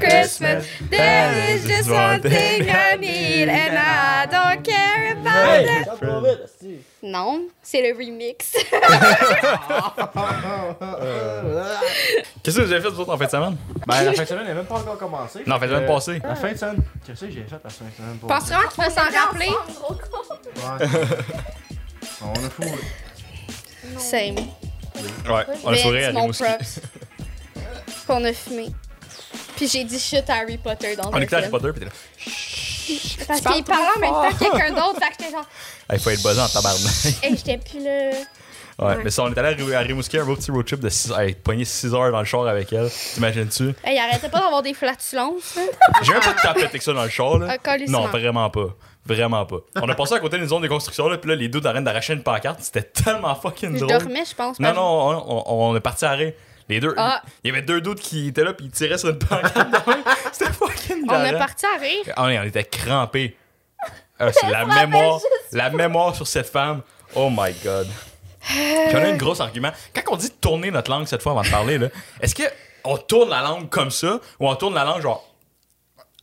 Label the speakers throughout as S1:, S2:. S1: Smith. Smith. There is just one thing I need and I don't care about
S2: Hey,
S1: it.
S2: chante pas vite, esti.
S1: Non, c'est le remix.
S3: Qu'est-ce que vous avez fait, vous autres, en fin de semaine?
S2: Ben, la fin de semaine n'est même pas encore commencée.
S3: Non, en fin de semaine
S2: Euh,
S3: passée.
S2: La fin de semaine. Qu'est-ce que j'ai fait la fin de semaine pour.
S1: Pense vraiment qu'il va s'en rappeler.
S2: On a fou.
S1: Same.
S3: Ouais, on a
S1: Vince,
S3: fourré à
S1: mon
S3: Rimouski.
S1: props. Qu'on a fumé. Puis j'ai dit shit à Harry Potter dans
S3: On
S1: un
S3: écoutait Harry
S1: film.
S3: Potter, pis t'es là.
S1: Parce qu'il parlait en même temps que quelqu'un d'autre. Fait que j'étais genre,
S3: Il faut être buzzé en tabarnak.
S1: hey, j'étais plus là.
S3: Ouais, mais ça, on est allé à Ri- à Rimouski, un beau petit road trip de 6 heures. Pogné 6 heures dans le char avec elle. T'imagines-tu?
S1: Hey, il arrêtait pas d'avoir des flatulences. là.
S3: J'ai même pas de tapette avec ça dans le char, là.
S1: Ah, calissement.
S3: Non, vraiment pas. Vraiment pas. On a passé à côté d'une zone de construction, là, puis là, les deux arrêtent d'arracher une pancarte. C'était tellement fucking
S1: Je
S3: drôle.
S1: dormais, je pense.
S3: Non,
S1: parce-
S3: non, on, on- on est parti à rire. Les deux.
S1: Ah.
S3: Il y avait deux doutes qui étaient là, puis ils tiraient sur une pancarte. de même. C'était fucking
S1: On est
S3: hilarant.
S1: parti à rire.
S3: Ah, ouais, on était crampés. Ah, c'est la mémoire, la mémoire sur cette femme. Oh my god. Puis on a un gros argument. Quand on dit tourner notre langue cette fois avant de parler, là, est-ce que on tourne la langue comme ça ou on tourne la langue genre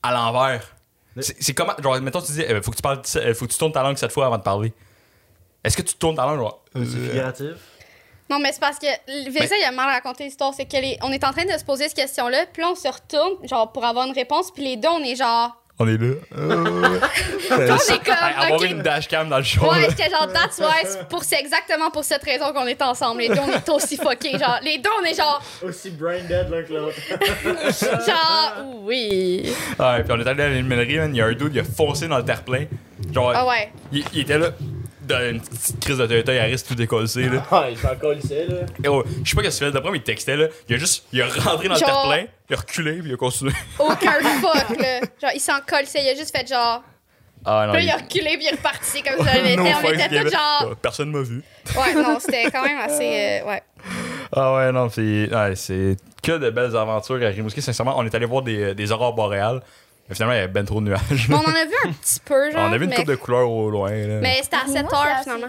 S3: à l'envers? C'est c'est comment, genre, mettons, tu dis, euh, faut, que tu parles, euh, faut que tu tournes ta langue cette fois avant de parler. Est-ce que tu tournes ta langue, genre,
S2: Euh,
S3: euh,
S2: C'est figuratif.
S1: Non, mais c'est parce que l- Vincent, il a mal raconté l'histoire. C'est qu'on est... on est en train de se poser cette question-là, puis là, on se retourne, genre, pour avoir une réponse, puis les deux, on est genre.
S3: on est là? Euh,
S1: On est
S3: Hey, avoir
S1: comme.
S3: une
S1: ok.
S3: dashcam dans le show.
S1: Ouais,
S3: là.
S1: j'étais genre, that's why, c'est pour- c'est exactement pour cette raison qu'on est ensemble. Les deux, on est aussi fuckés. Genre, les deux, on est genre,
S2: Aussi brain dead l'un que l'autre.
S1: genre, oui.
S3: Ouais, puis on est allé à l'animalerie, man. Il y a un dude, il a foncé dans le terre-plein. Genre,
S1: Ah ouais.
S3: il, il était là, dans une petite crise de Toyota, il risque tout décollé, là.
S2: Ah, il s'est encore lycée, là.
S3: Et oh, je sais pas qu'est-ce qu'il fait, d'après, mais il textait, là. Il a juste, il a rentré dans le
S1: Genre-
S3: terre-plein, il a reculé, puis il a continué.
S1: Aucun fuck, là. Genre, il s'en colle, il a juste fait genre.
S3: Ah non.
S1: Puis là, il a reculé, puis il est reparti comme ça. On était, on était tous genre.
S3: Personne m'a vu.
S1: Ouais, non, c'était quand même assez. euh, ouais.
S3: Ah ouais, non, c'est ouais, c'est que de belles aventures à Rimouski. Sincèrement, on est allé voir des, des aurores boréales. Mais finalement, il y avait ben trop de nuages.
S1: Mais on en a vu un petit peu, genre.
S3: on avait une
S1: mais...
S3: coupe de couleurs au loin, là.
S1: Mais c'était à 7 heures, finalement.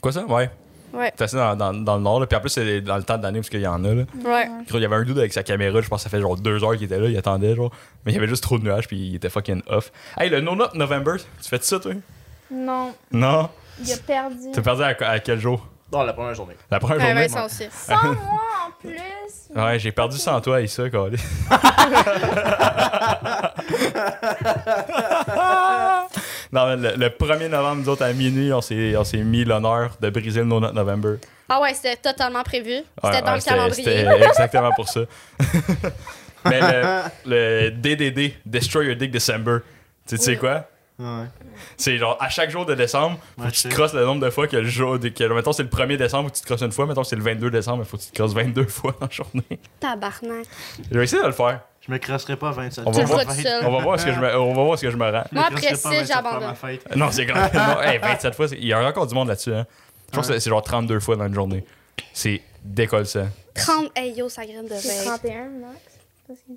S3: Quoi ça? Ouais.
S1: Ouais.
S3: T'es assis dans, dans, dans le nord, là. Puis en plus, c'est dans le temps de l'année, parce qu'il y en a, là.
S1: Ouais.
S3: Gros, Il y avait un dude avec sa caméra, je pense que ça fait genre deux heures qu'il était là, il attendait, genre. Mais il y avait juste trop de nuages, puis il était fucking off. Hey, le No Not November, tu fais de ça, toi
S4: Non,
S3: Non.
S4: il a perdu.
S3: T'as perdu à, à quel jour
S2: Non, la première journée.
S3: La première
S1: Ouais,
S3: journée
S1: ouais, ça aussi.
S4: Sans moi en plus.
S3: Ouais, j'ai perdu sans toi et ça, quoi. non, mais le, le 1er novembre, nous autres, à minuit, on s'est on s'est mis l'honneur de briser le No Not November.
S1: Ah ouais, c'était totalement prévu. C'était
S3: Ouais,
S1: dans
S3: ouais,
S1: le calendrier.
S3: C'était exactement pour ça. Mais le, le DDD, Destroy Your Dick December, tu sais- tu sais quoi?
S2: Ouais.
S3: C'est genre à chaque jour de décembre, faut
S2: Ouais,
S3: que tu
S2: je
S3: te
S2: sais.
S3: crosses le nombre de fois que le jour. de- Que, mettons, c'est le 1er décembre, faut que tu te crosses une fois. Mettons, c'est le 22 décembre, faut que tu te crosses 22 fois dans la journée.
S1: Tabarnak.
S3: Je vais essayer de le faire.
S2: Je me crasserai pas 27
S3: On va
S1: Tu le
S3: voir.
S1: feras tout seul.
S3: On va voir ce que je me, on va voir ce que je me rends.
S1: Moi, après ça, j'abandonne.
S2: fête.
S3: Non, c'est clair. Non, hey, 27 fois, c'est- il y a encore du monde là-dessus. Hein. Je pense que c'est- c'est genre 32 fois dans une journée. C'est décolle ça.
S1: 30. Hey yo, ça graine de
S4: C'est
S1: veille.
S4: 31, max. Parce qu'il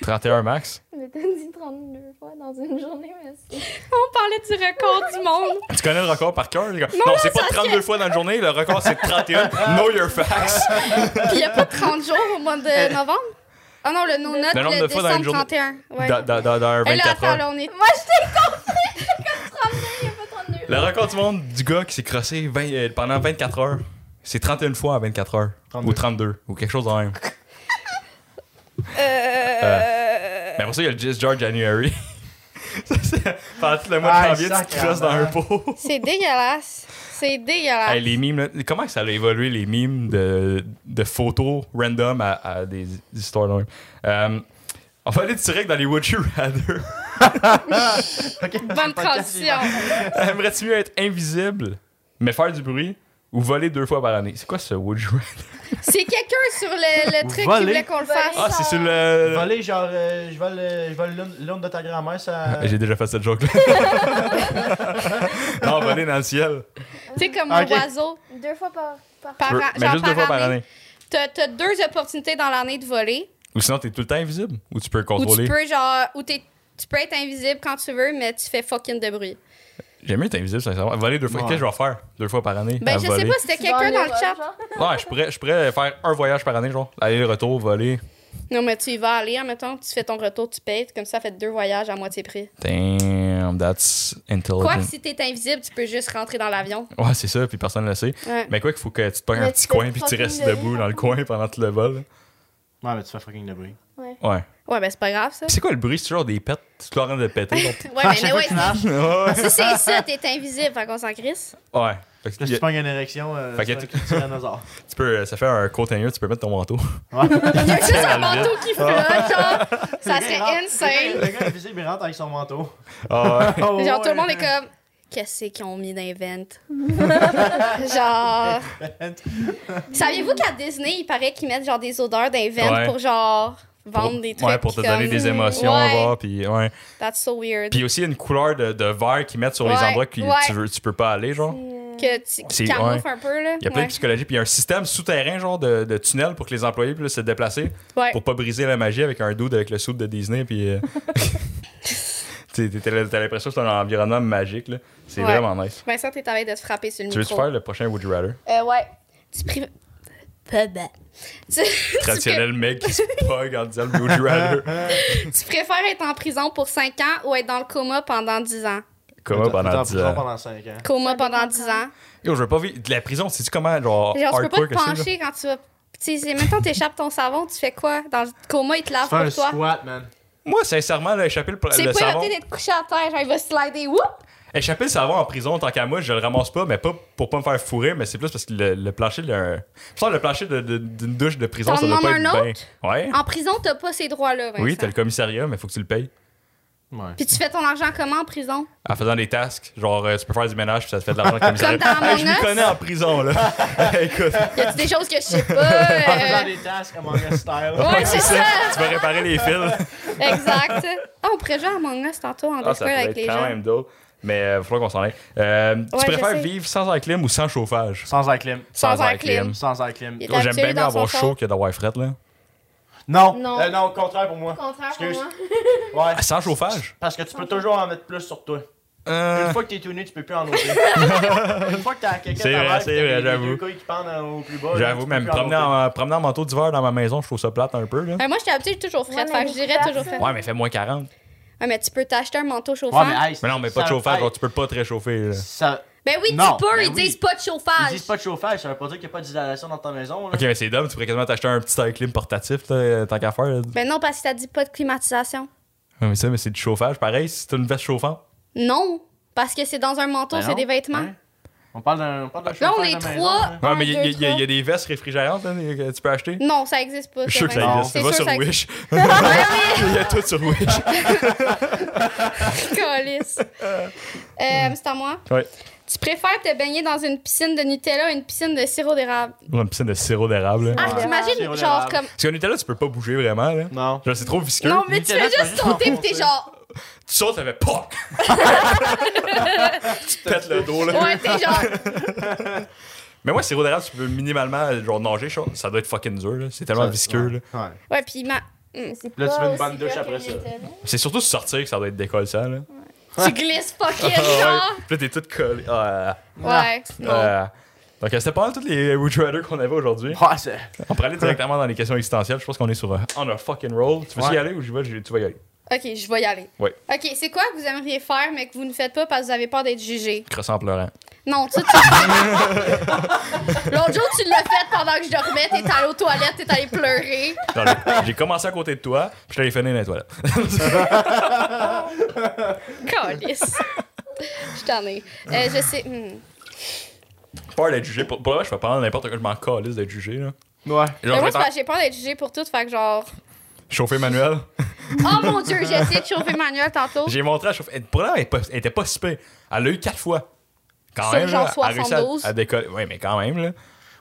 S3: 31 max.
S4: m'était dit 32 fois dans une journée, mais c'est.
S1: On parlait du record du monde.
S3: Tu connais le record par cœur? les gars? Non,
S1: non,
S3: c'est pas
S1: ça,
S3: 32 fois dans une journée. Le record, c'est 31. know your facts.
S1: Puis il n'y a pas 30 jours au mois de novembre. Ah non, le no-note,
S3: Le nombre
S1: le
S3: de fois dans une
S1: décembre
S3: journée.
S1: 31. Ouais.
S3: Dans, dans- dans- dans un
S1: Et là,
S3: 24
S1: attends,
S3: heures.
S1: là, on est.
S4: Moi, je t'ai compris! Comme 32,
S3: Le
S4: il a pas 32.
S3: record du monde du gars qui s'est crossé 20 euh, pendant 24 heures, c'est 31 fois à 24 heures.
S2: 32.
S3: Ou 32, ou quelque chose de même.
S1: Euh.
S3: Mais Ben, pour ça, il y a le 10 George January. ça, c'est pendant tout le mois de
S2: Ah,
S3: janvier, tu te
S2: sacrément.
S3: crosses dans un pot.
S1: C'est dégueulasse. C'est dégueulasse.
S3: Hey, les mimes, là, comment ça a évolué les mimes de, de photos random à, à des histoires de même? Euh, on va aller direct dans les Would You Rather.
S1: Bonne transition.
S3: Aimerais-tu mieux être invisible, mais faire du bruit, ou voler deux fois par année? C'est quoi ce Would You Rather?
S1: C'est quelqu'un sur le, le truc qui
S2: Voler.
S1: voulait qu'on le fasse.
S3: Ah, c'est sur le.
S2: Voler, genre, euh, je vole, euh, je vole l'urne- l'urne de ta grand-mère, ça.
S3: J'ai déjà fait cette joke-là. non, voler dans le ciel.
S1: Tu sais,
S3: Ah,
S1: comme
S2: Ok.
S1: un oiseau.
S4: Deux fois par. par...
S1: Par, an-
S3: mais
S1: genre
S3: juste deux fois Ah, par année.
S1: T'as t'as deux opportunités dans l'année de voler.
S3: Ou sinon, t'es tout le temps invisible. Ou tu peux
S1: Ou
S3: contrôler.
S1: tu peux, genre, ou t'es- tu peux être invisible quand tu veux, mais tu fais fucking de bruit.
S3: J'aime mieux être invisible, sincèrement. Voler deux fois.
S2: Ouais.
S3: Qu'est-ce que je vais faire deux fois par année?
S1: Ben,
S3: à
S1: je
S3: voler?
S1: sais pas, c'était
S4: Dans
S1: quelqu'un dans le
S4: vol,
S1: chat.
S4: genre.
S3: Ouais, je pourrais, je pourrais faire un voyage par année, genre. Aller-retour, voler.
S1: Non, mais tu y vas aller, admettons, tu fais ton retour, tu payes, comme ça, ça fait deux voyages à moitié prix.
S3: Damn, that's intelligent.
S1: Quoi que si t'es invisible, tu peux juste rentrer dans l'avion.
S3: Ouais, c'est ça, puis personne ne le sait.
S1: Ouais.
S3: Mais quoi qu'il faut que tu te pognes
S4: Mais
S3: un
S4: tu
S3: petit
S4: fais
S3: coin puis tu
S4: fucking
S3: restes
S4: le
S3: debout
S4: lit,
S3: dans le
S4: par
S3: coin pendant tout le vol.
S2: Ouais, mais tu fais fucking de bruit.
S4: Ouais.
S3: Ouais.
S1: Ouais, ben c'est pas grave, ça.
S3: Puis c'est quoi le bruit? C'est toujours des pets? Tu te de péter? genre,
S1: Ouais,
S2: À
S1: mais
S2: chaque
S1: anyway,
S2: fois que tu
S3: Ah,
S2: marches,
S3: ouais.
S1: si c'est ça, t'es invisible, fait qu'on s'en crisse.
S3: Ouais. Fait que
S2: là, si
S3: y a-
S2: tu pognes une érection, euh,
S3: Fait que
S2: c'est un tyrannosaure.
S3: tu peux, euh, ça fait un container, tu peux mettre ton manteau.
S2: Ouais.
S1: Il y a juste
S3: Ah,
S1: un manteau qui flotte, genre. Ça serait insane.
S2: Le gars invisible, il rentre avec son manteau.
S3: Ah ouais.
S2: Oh,
S1: Genre, tout le monde
S2: ouais.
S1: est
S4: euh,
S1: comme. Qu'est-ce qu'ils ont mis dans les ventes? genre. Saviez-vous qu'à Disney, il paraît qu'ils mettent genre des odeurs dans les ventes
S3: Ouais.
S1: pour genre vendre des trucs?
S3: Ouais, pour te
S1: comme-
S3: donner des émotions,
S1: Ouais.
S3: genre, puis ouais.
S1: That's so weird.
S3: Puis aussi une couleur de, de verre qu'ils mettent sur les
S1: Ouais,
S3: endroits que
S1: ouais.
S3: tu, veux, tu peux pas aller, genre.
S4: euh,
S1: que tu
S3: C'est-
S1: qui camoufle
S3: ouais.
S1: un peu, là.
S3: Il y a plein
S1: ouais.
S3: de psychologie, puis il y a un système souterrain, genre de, de tunnel pour que les employés puissent se déplacer
S1: Ouais.
S3: pour pas briser la magie avec un dude avec le soude de Disney, puis. euh, t'sais, t'es- T'as t'as l'impression que c'est un environnement magique, là. C'est
S1: Ouais.
S3: vraiment nice.
S1: Vincent, t'es en train de se frapper sur le
S3: Tu veux-tu
S1: micro.
S3: faire le prochain Would You Rather?
S1: Euh, ouais. Tu prives... Pas bad. Tu, tu pré-
S3: Traditionnel mec qui se pogue en disant le Would You Rather.
S1: tu préfères être en prison pour 5 ans ou être dans le coma pendant 10 ans?
S3: Comment pendant
S2: Attends,
S3: 10
S2: prison
S3: ans?
S2: pendant 5 ans.
S1: Coma
S4: Ça
S1: pendant
S4: dépend
S1: 10
S4: quand.
S1: ans.
S3: Yo, je veux pas vivre. De la prison, sais-tu comment, genre,
S1: Genre, tu peux pas
S3: hardcore
S1: te
S3: que c'est? là?
S1: pencher quand tu vas... Tu sais, mettons, t'échappes ton savon, tu fais quoi? Dans le coma, il te lave
S2: Tu fais un
S1: Ah, pour toi.
S2: squat, man.
S3: Moi, sincèrement, là, échapper le,
S1: C'est
S3: le
S1: pas
S3: savon.
S1: évité d'être couché à terre, genre, il va slider, whoop!
S3: Échapper le savon en prison, tant qu'à moi, je le ramasse pas, mais pas pour pas me faire fourrer, mais c'est plus parce que le, le plancher, le, je pense que le plancher de- de- d'une douche de prison,
S1: T'en
S3: ça doit pas
S1: demandes
S3: être
S1: un Ah,
S3: bien. Ouais.
S1: En prison, t'as pas ces droits-là, Vincent.
S3: Oui, t'as le commissariat, mais faut que tu le payes.
S2: Ouais.
S1: Puis tu fais ton argent comment en prison?
S3: En faisant des tasks, genre, euh, tu peux faire du ménage, puis ça te fait de l'argent au commissariat.
S1: Comme dans
S3: Hey, je
S1: Among
S3: me
S1: Us.
S3: connais en prison, là. Écoute,
S1: Y a-tu des choses que je sais pas?
S2: En faisant
S1: euh,
S2: des tasks Among Us style.
S1: Ouais, c'est ça!
S3: tu vas réparer les fils.
S1: Exact. Ah, on pourrait jouer à Among Us tantôt en
S3: Ah,
S1: deux
S3: ça peut
S1: squares avec
S3: être
S1: les
S3: quand
S1: gens.
S3: même d'autres. Mais il va falloir qu'on s'en aille. Euh,
S1: Ouais,
S3: tu préfères
S1: j'essaie.
S3: vivre sans air clim ou sans chauffage?
S2: Sans air clim.
S1: Sans air
S3: air
S1: clim.
S2: Sans air clim.
S1: Il est
S3: Gros, J'aime
S1: absolu
S3: bien mieux
S1: dans son
S3: avoir
S1: corps.
S3: chaud que d'avoir fret, là.
S2: Non.
S1: Non.
S2: Euh, non, au contraire pour moi.
S4: Contraire pour
S2: Excuse.
S4: moi.
S2: Ouais.
S3: Ah, sans chauffage?
S2: Parce que tu peux toujours en mettre plus sur toi.
S3: Euh,
S2: Une fois que t'es tout nu, tu peux plus en ôter. Une fois que t'as quelqu'un
S3: C'est
S2: à
S3: vrai,
S2: l'air,
S3: c'est vrai,
S2: t'as les- les
S3: j'avoue.
S2: deux couilles qui pendent euh, au plus bas.
S3: J'avoue, mais me promener en, promener en manteau d'hiver dans ma maison, je trouve ça plate un peu, là.
S1: Ouais, Ben, moi, j'étais habituée toujours frette,
S4: Ouais,
S1: fait
S4: mais
S1: que je dirais
S4: personne.
S1: toujours frette.
S3: Ouais, mais fait moins 40.
S1: Ouais, mais tu peux t'acheter un manteau chauffant.
S2: Ouais, mais hey,
S3: Mais non, mais pas de
S2: ça-
S3: chauffage,
S2: hey,
S3: genre, tu peux pas te réchauffer, là.
S2: ça-
S1: Ben oui,
S2: Non,
S1: tu peux,
S2: ben
S1: ils
S2: oui.
S1: disent pas de
S2: Ils
S1: chauffage.
S2: disent pas de chauffage, ça veut pas dire qu'il n'y a pas d'isolation dans ta maison. là.
S3: Ok, mais c'est dumb, tu pourrais quasiment t'acheter un petit air clim portatif, là, euh, tant qu'à faire. là.
S1: Ben non, parce que t'as dit pas de climatisation.
S3: Ouais, mais ça, mais c'est du chauffage. Pareil, si t'as une veste chauffante.
S1: Non, parce que c'est dans un manteau,
S2: Ben
S1: c'est
S2: non.
S1: des vêtements.
S2: Hein? On parle d'un on parle d'un
S1: Là,
S2: chauffage
S1: on est
S2: de maison,
S1: trois.
S2: là.
S3: Ouais,
S1: Un,
S3: mais il y, a-
S1: deux,
S3: il y a- il y
S1: trois.
S3: a des vestes réfrigérantes, là, que tu peux acheter.
S1: Non, ça existe pas.
S3: Je suis sûr que ça
S1: Kevin.
S2: Non.
S3: existe.
S1: C'est
S3: Va
S1: sûr
S3: sur
S1: que ça
S3: Wish. Il y a tout sur Wish.
S1: Câlisse.
S3: Hmm.
S1: Euh, c'est à moi.
S3: Ouais.
S1: Tu préfères te baigner dans une piscine de Nutella ou une piscine de sirop d'érable?
S3: Ou Une piscine de sirop d'érable. là.
S1: Ah,
S2: Ouais.
S1: t'imagines,
S2: Sirop
S1: genre,
S2: d'érable.
S1: comme.
S3: Parce qu'un Nutella, tu peux pas bouger vraiment, là.
S2: Non.
S3: Genre, c'est trop visqueux.
S1: Non, mais
S2: Nutella,
S1: tu fais
S2: tu vas
S1: juste
S2: juste
S1: sauter pis t'es
S2: enfoncer.
S1: genre.
S3: Tu sautes, ça fait POC! tu te pètes le dos, là.
S1: Ouais, t'es genre.
S3: Mais moi, sirop d'érable, tu peux minimalement euh, genre, nager, je trouve. ça doit être fucking dur, là. C'est tellement
S2: Ça-
S3: visqueux, là.
S2: Ouais.
S1: Ouais, puis ma...
S4: Mais c'est
S2: Là, tu
S4: pas
S2: veux une
S4: aussi
S2: bonne douche
S4: pire
S2: après
S4: que
S2: ça.
S4: Nutella.
S3: C'est surtout sortir que ça doit être décollissant, là.
S1: tu glisses fucking
S3: Ah
S1: genre.
S3: ouais. Puis là, t'es toute collée. Ah,
S1: Ouais. Non.
S3: ah. Donc, euh, c'était pas mal tous les Wood Rider qu'on avait aujourd'hui.
S2: Ouais, c'est.
S3: On pourrait aller directement dans les questions existentielles. Je pense qu'on est sur euh, on a fucking roll. Tu veux
S2: Ouais.
S3: y aller ou je vais, je- tu vas y aller?
S1: Ok, je vais y aller.
S3: Ouais.
S1: Ok, c'est quoi que vous aimeriez faire mais que vous ne faites pas parce que vous avez peur d'être jugé?
S3: Croissant en pleurant.
S1: Non, tu tu- L'autre jour, tu l'as fait pendant que je dormais, t'es allé aux toilettes, t'es allé pleurer.
S3: Non, j'ai- J'ai commencé à côté de toi, puis je t'avais fini dans les toilettes.
S1: Calice. Je t'en ai. Euh, je sais. hmm.
S3: peur d'être jugé. Pour, pour le vrai, je peux prendre n'importe quoi. Je m'en calisse d'être jugé, là.
S2: Ouais.
S3: Genre,
S1: Mais
S3: je
S1: Ben, moi,
S3: vais
S1: c'est parce que j'ai peur d'être jugé pour tout, fait que genre.
S3: t'en- chauffer manuel.
S1: Oh mon dieu, j'ai essayé de chauffer Manuel tantôt.
S3: J'ai montré à chauffer. Pour elle, elle est pas- elle était pas si pire. Elle l'a eu quatre fois. Quand
S1: Sur
S3: même,
S1: genre
S3: là, elle a réussi à-
S1: 72.
S3: À, décoller. Ouais, mais quand même, là.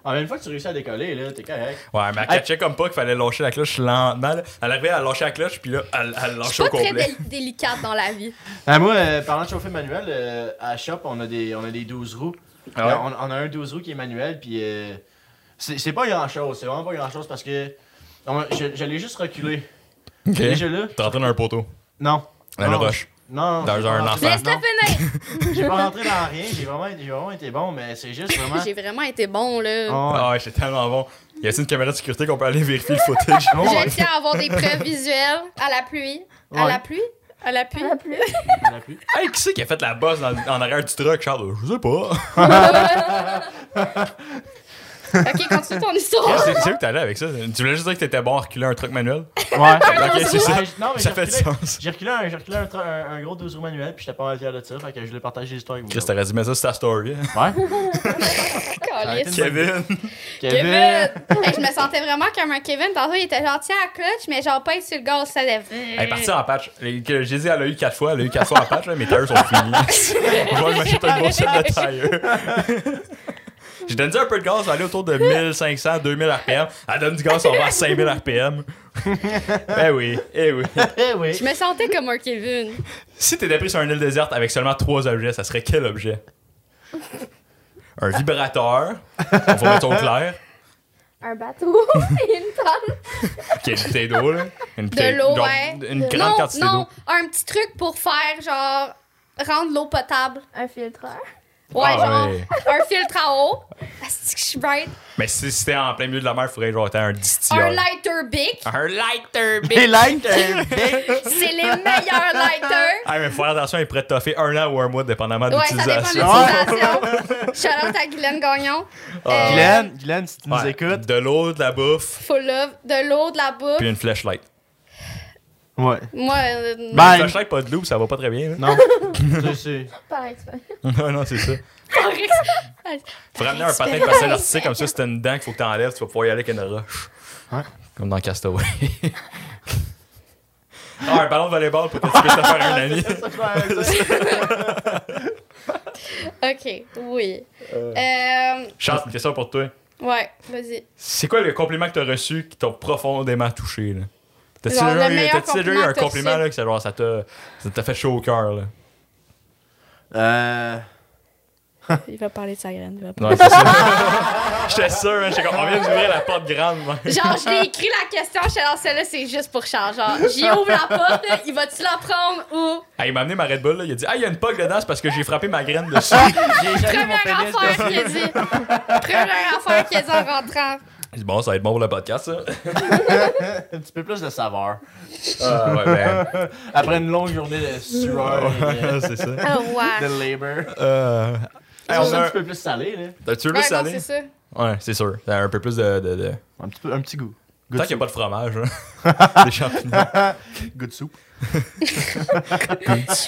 S2: Ouais, mais une fois que tu réussis à décoller, là, t'es correct.
S3: Ouais, mais elle
S2: Hey.
S3: catchait comme pas qu'il fallait lâcher la cloche lentement. là. Elle arrivait à lâcher la cloche, puis là, elle, elle
S1: Je
S3: lâchait
S1: suis
S3: au
S1: pas très
S3: complet.
S1: dé- délicate dans la vie.
S2: Ah, moi, euh, parlant de chauffer manuel, euh, à Shop, on a des, on a des 12 roues.
S3: Ah ouais?
S2: Là, on, on a un 12 roues qui est manuel, puis euh, c'est c'est pas grand chose, c'est vraiment pas grand chose parce que on- je- j'allais juste reculer. Déjà là,
S3: T'es rentré dans un poteau.
S2: non.
S3: Dans une
S2: Non,
S3: roche.
S2: Non,
S3: Dans
S2: j'ai
S3: un
S2: pas rentré-
S3: enfant.
S1: Laisse la
S2: non,
S1: fenêtre!
S2: J'ai pas rentré dans rien, j'ai vraiment, j'ai vraiment été bon, mais c'est juste vraiment.
S1: J'ai vraiment été bon, là.
S2: Oh,
S3: Ah ouais, Ah c'est tellement bon. Y a-t-il une caméra de sécurité qu'on peut aller vérifier le footage?
S1: Je tiens à avoir des preuves visuelles à la pluie. À
S3: Ouais.
S1: la pluie? À la pluie?
S4: La pluie.
S2: à la pluie.
S3: Hey, qui c'est qui a fait la bosse dans- en arrière du truck, Charles? Je sais
S2: Oh!
S3: pas.
S1: ok, continue ton
S3: Hey,
S1: histoire.
S3: c'est c'est où que t'allais avec ça? Tu voulais juste dire que t'étais bon à reculer un truc manuel?
S2: Ouais.
S3: Ok, c'est ça.
S2: Ah, j- non, mais
S3: Ça
S2: j'ai
S3: fait du
S2: reculé-
S3: sens.
S2: J'ai reculé, un, j'ai reculé un, tra- un- un gros 12 roues manuel, puis j'étais pas mal fier de ça, fait que je voulais partager l'histoire avec vous.
S3: Chris, t'aurais dû mettre ça sur ta story. hein.
S2: Ouais.
S1: Calisse.
S2: Arrêtez
S3: Kevin!
S1: Kevin!
S2: Kevin!
S1: Hey, je me sentais vraiment comme un Kevin. Tantôt, il était gentil à la clutch, mais genre pas sur le gaz, ça lève.
S3: Elle est partie en patch. Les- que J'ai dit, elle a eu 4 fois, elle a eu 4 fois en patch, là, mes tailleurs sont finis. On va m'acheter un gros set de tailleurs. J'ai donné un peu de gaz, elle allait autour de 1500, 2000 RPM. Elle donne du gaz, on va à 5000 RPM. ben oui, eh oui.
S2: Eh oui.
S1: Je me sentais comme un Kevin.
S3: Si t'étais pris sur une île déserte avec seulement 3 objets, ça serait quel objet Un vibrateur, on va mettre au clair,
S4: Un bateau et une tente.
S3: qui est une bouteille d'eau, là. Une bouteille-
S1: l'eau,
S3: genre,
S1: ouais.
S3: Une grande
S1: non,
S3: quantité d'eau.
S1: non, un petit truc pour faire genre rendre l'eau potable.
S4: Un filtreur.
S1: Ouais,
S3: Ah,
S1: genre
S3: ouais.
S1: un filtre à eau. Asti que je suis bright.
S3: Mais si c'était en plein milieu de la mer, il faudrait genre être un distilleur.
S1: Un lighter bic.
S3: Un lighter,
S2: Les
S3: bitch!
S2: likes, euh,
S1: C'est les meilleurs lighters.
S3: Ah, mais faut faire attention, il pourrait te toffer un an ou un mois, dépendamment de
S1: Ouais, ça dépend de
S3: l'utilisation.
S1: l'utilisation. Shout-out à Guylaine Gagnon.
S3: Ah.
S1: Euh,
S2: Glenn, Glenn, si tu nous
S3: Ouais.
S2: écoutes.
S3: De l'eau, de la bouffe,
S1: Full love, de l'eau, de la bouffe.
S3: puis une flashlight.
S2: Ouais.
S1: Moi, euh,
S2: Bye.
S3: Une flashlight, pas de loup, ça va pas très bien. là.
S2: Non. Je sais.
S4: Par expérience.
S3: non, non, c'est ça.
S1: par exemple-
S3: Faut ramener un patin de pastel artistique, comme ça, si t'as une dent qu'il faut que t'enlèves, tu vas pouvoir y aller avec une roche.
S2: Ouais.
S3: Comme dans Castaway. ah, un ballon de volleyball pour que tu puisses te faire un ami.
S2: Ça, je vais arrêter.
S1: Ok, oui. Euh,
S3: Charles, une question pour toi.
S1: ouais, vas-y.
S3: C'est quoi le compliment que t'as reçu qui t'a profondément touché, là? T'as-tu
S1: Genre,
S3: déjà
S1: le
S3: eu-
S1: meilleur
S3: t'as-tu déjà eu
S1: compliment
S3: un
S1: que t'as
S3: compliment,
S1: reçu?
S3: là, que ça, genre, ça t'a ça t'a fait chaud au cœur, là?
S2: Euh.
S1: Il va parler de sa graine. Il va
S3: Non, c'est ça. J'étais sûr, hein, j'étais comme, on vient d'ouvrir la porte grande. man.
S1: Genre, je l'ai écrit la question, je suis dans celle-là, c'est juste pour Charles. Genre, j'y ouvre la porte, là, il va-tu la prendre ou.
S3: Ah, il m'a amené ma Red Bull, là, il a dit, ah, il y a une pog dedans, c'est parce que j'ai frappé ma graine dessus.
S2: J'ai jamais mon
S1: Première
S2: pénis
S1: affaire qu'il a dit. Première affaire qu'il a dit en rentrant.
S3: J'ai dit, bon, ça va être bon pour le podcast, ça.
S2: de- Un petit peu plus de saveur.
S3: Ah, ouais, ben,
S2: Après une longue journée de sueur et de-
S3: ouais, c'est ça.
S1: Oh, ouais.
S2: de labor.
S3: Euh, hey,
S2: C'est
S3: on
S2: un
S3: a un...
S2: petit peu plus salé, là.
S3: T'as-tu le
S1: Ouais, Ah. non,
S3: salé?
S1: c'est ça.
S3: Ouais, c'est sûr. T'as un peu plus de... de, de...
S2: Un petit, peu, un petit goût. Goût
S3: Tant
S2: de
S3: qu'il n'y a pas
S2: soupe.
S3: de fromage, hein. Des champignons.
S2: Goût de soupe.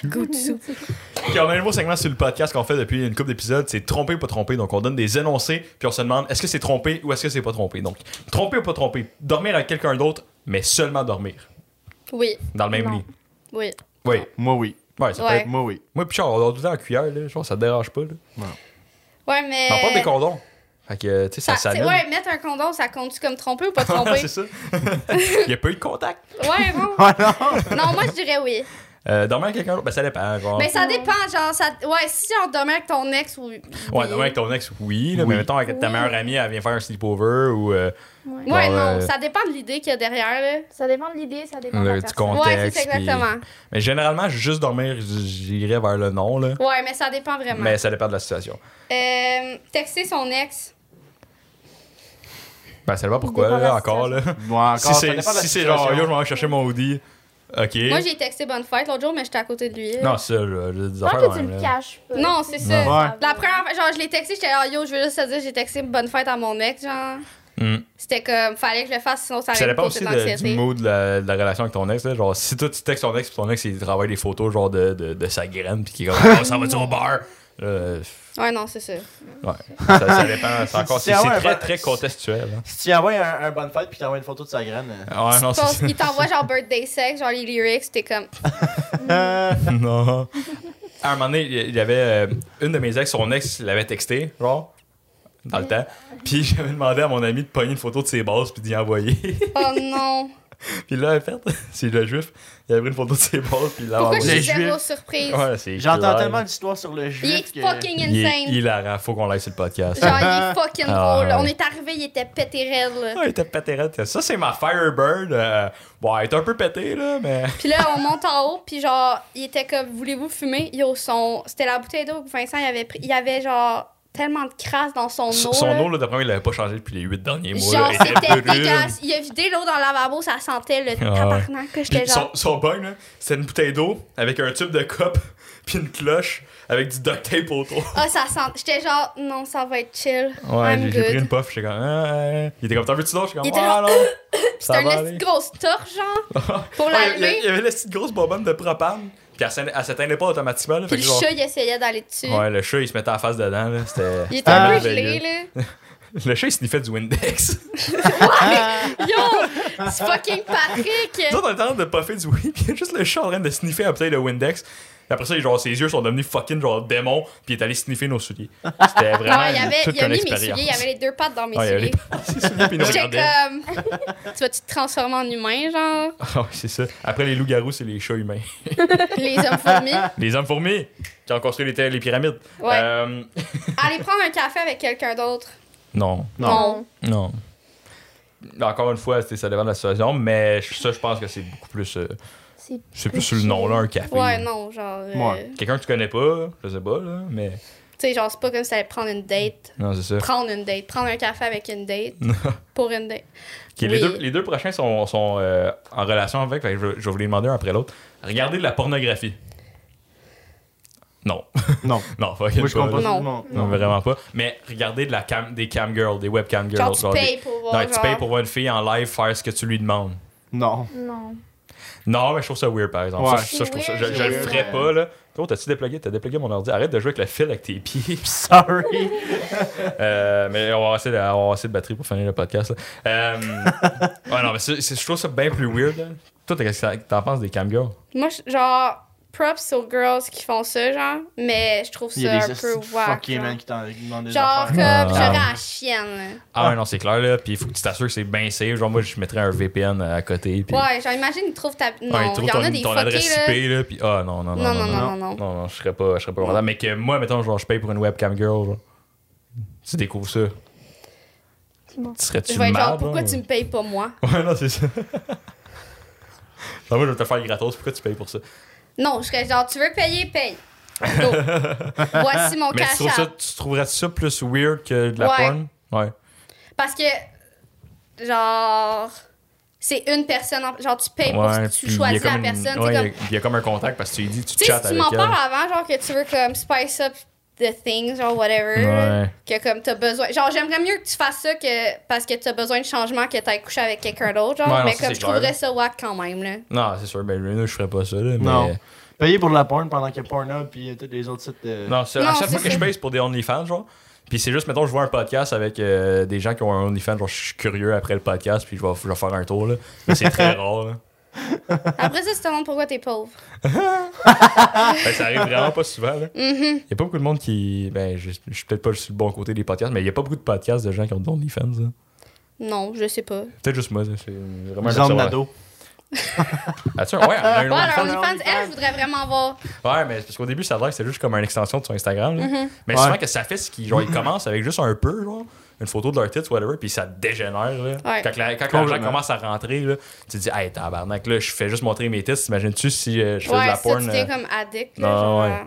S1: Goût de soupe.
S3: Puis on a un nouveau segment sur le podcast qu'on fait depuis une couple d'épisodes, c'est trompé ou pas trompé. Donc on donne des énoncés, puis on se demande est-ce que c'est trompé ou est-ce que c'est pas trompé. Donc trompé ou pas trompé, dormir avec quelqu'un d'autre, mais seulement dormir
S1: Oui,
S3: dans le même
S4: Non.
S3: lit.
S1: oui.
S3: Oui.
S2: Moi, oui.
S3: Ouais, ça peut
S1: Ouais. Euh,
S3: être-
S2: Moi, oui.
S3: Moi, puis Charles, on dort tout le temps en cuillère, là. Je pense que ça te dérange pas, là.
S1: Ouais, mais.
S3: On porte des condoms. Fait que, tu sais, ça
S1: Ça- c'est-
S3: s'annule.
S1: ouais, mettre un condom, ça compte-tu comme tromper ou pas tromper?
S3: Ah, c'est ça. Il n'y a pas eu de contact.
S1: ouais, bon.
S2: Ah non!
S1: Non, moi, je dirais oui.
S3: Euh, dormir avec quelqu'un d'autre, ben ça dépend. Genre.
S1: Mais ça dépend, genre, ça... ouais, si on dormait avec ton ex ou.
S3: Ouais, dormir avec ton ex, oui, là,
S2: Oui.
S3: mais mettons avec ta
S4: Oui.
S3: meilleure amie, elle vient faire un sleepover ou euh,
S4: Ouais.
S1: Ouais,
S3: Genre,
S1: non,
S3: euh,
S1: ça dépend de l'idée qu'il y a derrière, là.
S4: Ça dépend de l'idée, ça dépend de
S3: le-
S4: la
S3: du
S4: personne.
S3: contexte.
S1: ouais, c'est ça,
S3: puis-
S1: exactement.
S3: Mais généralement, juste dormir, j'irais vers le non, là.
S1: Ouais, mais ça dépend vraiment.
S3: Mais ça dépend de la situation.
S1: Euh, texter son ex.
S3: Ben, ça dépend pourquoi,
S4: Dépend de
S3: là,
S4: la
S3: encore, là.
S2: Bon, encore,
S3: Si
S2: ça
S3: c'est
S2: dépend de la
S3: si c'est genre, yo, je
S2: situation.
S3: m'en vais chercher mon Audi, ok.
S1: Moi, j'ai texté bonne fête l'autre jour, mais j'étais à côté de lui.
S3: Non, ça, là, j'ai des
S4: Tant
S3: affaires
S4: que tu
S3: même, là.
S4: le caches pas.
S1: Non, c'est ça.
S2: Ouais.
S1: La première fois, genre, je l'ai texté, j'étais là, yo, je veux juste te dire, j'ai texté bonne fête à mon ex, genre.
S3: Hmm.
S1: C'était comme, fallait que je le fasse, sinon ça
S3: Ça
S1: allait
S3: dépend
S1: pas
S3: aussi
S1: cette
S3: de- du
S1: anxiété.
S3: mot de la, de la relation avec ton ex. Là. Genre, si toi, tu textes ton ex, puis ton ex, il travaille des photos genre de, de, de sa graine, puis qui est comme, oh, ça va-tu au bar? Là,
S1: Ouais, non, c'est ça.
S3: ouais. ça, ça dépend. C'est encore-
S2: Si
S3: c'est
S2: tu
S3: c'est
S2: envoies un
S3: très,
S2: bon-
S3: très contextuel. hein.
S2: Si tu envoies un, un bonne fête puis tu envoies une photo de sa graine. euh,
S3: Ah Ouais, non,
S1: Tu penses-
S3: c'est
S1: il t'envoie genre birthday sex, genre les lyrics, t'es comme. oh,
S2: Euh,
S3: Non. À un moment donné, il y avait euh, une de mes ex, son ex l'avait texté, genre, dans le temps. Puis j'avais demandé à mon ami de pogner une photo de ses bases puis d'y envoyer.
S1: Oh
S3: Ah,
S1: non!
S3: puis là, en fait, c'est le juif, il a pris une photo de ses bases puis il l'a
S1: Pourquoi je
S3: envoyé.
S1: suis
S2: Les
S1: zéro
S2: Juifs.
S1: surprise?
S3: Ouais, c'est
S2: J'entends
S3: clair.
S2: tellement d'histoires sur le juif.
S1: Il est
S2: que-
S1: fucking
S3: Il est
S1: insane.
S3: hilarant, faut qu'on l'aille sur le podcast.
S1: Genre, il est fucking
S3: Ah,
S1: drôle.
S3: ouais.
S1: On est arrivé, il était pété raide, là.
S3: Ah, il était pété raide. Ça, c'est ma Firebird. euh, bon, elle est un peu pétée, là, mais.
S1: Puis là, on monte en haut, puis genre, il était comme, voulez-vous fumer? Yo, son. C'était la bouteille d'eau que Vincent il avait pris. Il avait genre tellement de crasse dans son eau.
S3: S- Son
S1: là.
S3: eau, là, d'après moi, il l'avait pas changé depuis les 8 derniers mois.
S1: Genre,
S3: là. Elle était
S1: c'était
S3: brune.
S1: dégueulasse. Il a vidé l'eau dans le lavabo, ça sentait le tabarnak que
S3: Ah Puis
S1: j'étais
S3: son,
S1: genre.
S3: son bug, là, c'était une bouteille d'eau avec un tube de coupe puis une cloche avec du duct tape autour.
S1: Ah, ça sent. J'étais genre, non, ça va être chill.
S3: Ouais,
S1: I'm
S3: j'ai- j'ai pris une
S1: good.
S3: puff, j'étais comme. Ah, ah, ah. Il était comme, t'en veux-tu d'autre? J'étais
S1: Il
S3: comme,
S1: était
S3: ah
S1: genre,
S3: non! ça
S1: C'était une
S3: va
S1: petite
S3: aller.
S1: grosse torche, genre, pour
S3: Ah, il y a-
S1: l'allumer.
S3: il y avait la petite grosse bobonne de propane, puis elle s'en- elle s'éteignait pas automatiquement. Là,
S1: Puis
S3: fait
S1: le
S3: que genre-
S1: chat, il essayait d'aller dessus.
S3: Ouais, le chat, il se mettait en face dedans. Là, c'était...
S1: Il était un peu
S3: merveilleux.
S1: gelé, là.
S3: Ah, Le chat, il sniffait du Windex.
S1: Yo! C'est fucking Patrick!
S3: Nous autres, on est en train de puffer du weed, puis il y a juste le chat en train de sniffer un bouteille de Windex. Puis Après ça, genre, ses yeux sont devenus fucking genre démons, puis il est allé sniffer nos souliers. C'était vraiment
S1: Non, il, avait,
S3: toute
S1: il a
S3: une
S1: mis mes
S3: expérience.
S1: souliers, il avait les deux pattes dans mes
S3: Ouais, il y avait
S1: souliers.
S3: les souliers, puis il nous
S1: J'étais
S3: regardait.
S1: comme. euh, tu vas-tu te transformer en humain, genre?
S3: Ah ouais, c'est ça. Après, les loups-garous, c'est les chats humains.
S1: Les hommes fourmis?
S3: Les hommes fourmis qui ont construit les, les pyramides.
S1: Ouais.
S3: Euh,
S1: Aller prendre un café avec quelqu'un d'autre?
S3: non.
S1: Non.
S3: Non. Encore une fois, c'est- ça dépend de la situation, mais ça, je pense que c'est beaucoup plus. euh,
S4: C'est
S3: c'est plus sur le nom, là, un café.
S1: Ouais, non, genre. euh,
S2: Ouais.
S3: Quelqu'un que tu connais pas, je sais pas, là, mais.
S1: Tu sais, genre, c'est pas comme si t'allais prendre une date.
S3: Non, c'est ça.
S1: Prendre une date. Prendre un café avec une date. pour une date.
S3: Ok, les,
S1: Oui.
S3: deux, les deux prochains sont, sont, euh, en relation avec, fait que je, je vais vous les demander un après l'autre. Regardez de la pornographie. Non.
S2: Non.
S3: non, fucking
S2: Moi, je
S3: pas,
S2: comprends pas.
S3: là.
S1: Non.
S2: Non.
S3: Non, vraiment pas. Mais regardez de la cam, des cam girls, des webcam girls.
S1: Genre, tu
S3: des-
S1: payes pour voir.
S3: Non, tu
S1: genre.
S3: payes pour voir une fille en live faire ce que tu lui demandes.
S2: Non.
S4: Non.
S3: Non, mais je trouve ça weird, par exemple.
S2: Ouais.
S3: Ça, ça, je, trouve ça, je,
S4: C'est
S3: je le
S2: weird.
S3: ferais pas, là. Gros, t'as-tu déplugué? T'as déplugué mon ordi. Arrête de jouer avec le fil avec tes pieds.
S2: Sorry.
S3: Euh, mais on va, essayer de, on va avoir assez de batterie pour finir le podcast. là. Euh, ouais, non, mais c'est- c'est- je trouve ça bien plus weird. là. Toi, t'as- qu'est-ce que t'en penses des camgirls?
S1: Moi, je- genre, props aux girls qui font ça, genre. Mais je trouve
S2: Il y
S1: ça
S2: a des
S1: un peu
S2: hosties de
S1: whack.
S2: fucking
S1: Genre,
S2: man qui t'en demandent des
S1: Genre comme
S2: affaires.
S3: Ah.
S1: j'aurais la chienne.
S3: Ah, ouais, non, c'est clair, là. Puis il faut que tu t'assures que c'est bien safe. Genre, moi, je mettrais un VPN à côté. Puis,
S1: là. Ouais, genre imagine ils trouvent ta. Non,
S3: Ah, il
S1: il
S3: trouve
S1: y en a
S3: ton,
S1: des
S3: ton adresse
S1: fuckés là.
S3: IP, là. Puis, ah, non, non, non.
S1: Non, non, non, non, non.
S3: Non, non, je serais pas, je serais pas content. Mais que moi, mettons, genre, je paye pour une webcam girl, genre. Tu découvres ça.
S4: C'est bon.
S3: Tu serais-tu
S1: Je vais être genre,
S3: mad,
S1: pourquoi
S3: là?
S1: tu me payes pas moi?
S3: Ouais, non, c'est ça. Non, moi, je vais te faire gratos. Pourquoi tu payes pour ça?
S1: Non, je serais genre, tu veux payer, paye. Go. Voici mon
S3: Mais tu,
S1: cash
S3: trouves ça,
S1: app.
S3: tu trouverais ça plus weird que de la
S1: Ouais.
S3: porn? Ouais.
S1: Parce que, genre, c'est une personne. en- Genre, tu payes pour
S3: ouais.
S1: tu
S3: puis il y a
S1: choisis la
S3: comme une-
S1: personne.
S3: ouais,
S1: t'es
S3: il y a-
S1: comme-
S3: Il y a comme un contact parce que tu lui dis, tu
S1: Tu sais,
S3: chattes
S1: si tu hein.
S3: avec
S1: m'en
S3: elle.
S1: parles avant, genre que tu veux comme spice up the things, genre whatever,
S3: Ouais.
S1: que comme t'as besoin. Genre, j'aimerais mieux que tu fasses ça que parce que t'as besoin de changement que t'ailles coucher avec quelqu'un d'autre, genre,
S3: Ouais, non,
S1: mais
S3: ça,
S1: comme
S3: c'est
S1: je
S3: clair.
S1: trouverais ça wack quand même, là.
S3: Non, c'est sûr, ben, Reno, je ferais pas ça, là.
S2: Non.
S3: Mais...
S2: Payer pour de la porn pendant que Pornhub puis euh, tous les autres sites de.
S3: Non, c'est- à
S1: Non,
S3: chaque
S1: c'est
S3: fois que
S1: ça.
S3: je paye, c'est pour des OnlyFans, genre. Puis c'est juste, mettons, je vois un podcast avec euh, des gens qui ont un OnlyFans, genre, je suis curieux après le podcast, puis je vais, je vais faire un tour, là. Mais c'est très rare, là.
S1: Après ça, tu te demandes pourquoi t'es pauvre.
S3: Ben, ça arrive vraiment pas souvent, là.
S1: Mm-hmm.
S3: Il y a pas beaucoup de monde qui. Ben, je je suis peut-être pas sur le bon côté des podcasts, mais il y a pas beaucoup de podcasts de gens qui ont des OnlyFans, là.
S1: Non, je sais pas.
S3: Peut-être juste moi, ça, c'est vraiment
S2: Les
S3: un
S2: hommes
S3: observateur.
S2: d'ados.
S3: As-tu un- Ouais, on a un
S1: Ouais, alors
S3: OnlyFans.
S1: OnlyFans, elle, je voudrais vraiment voir.
S3: Ouais, mais c'est parce qu'au début, ça a l'air que c'est juste comme une extension de son Instagram. là.
S1: Mm-hmm.
S3: Mais
S2: Ouais.
S3: souvent, que ça fait, c'est qu'ils genre, ils commencent avec juste un peu, genre, une photo de leur titre, whatever, puis ça dégénère. Là.
S1: Ouais.
S3: Quand, la, quand l'argent
S2: Complètement.
S3: commence à rentrer, là, tu te dis, hey, tabarnak, là, je fais juste montrer mes titres. T'imagines-tu si euh, je fais de
S1: Ouais,
S3: la
S1: ça,
S3: porn?
S1: tu t'es
S3: euh,
S1: comme addict, là,
S3: non,
S1: genre.
S3: ouais.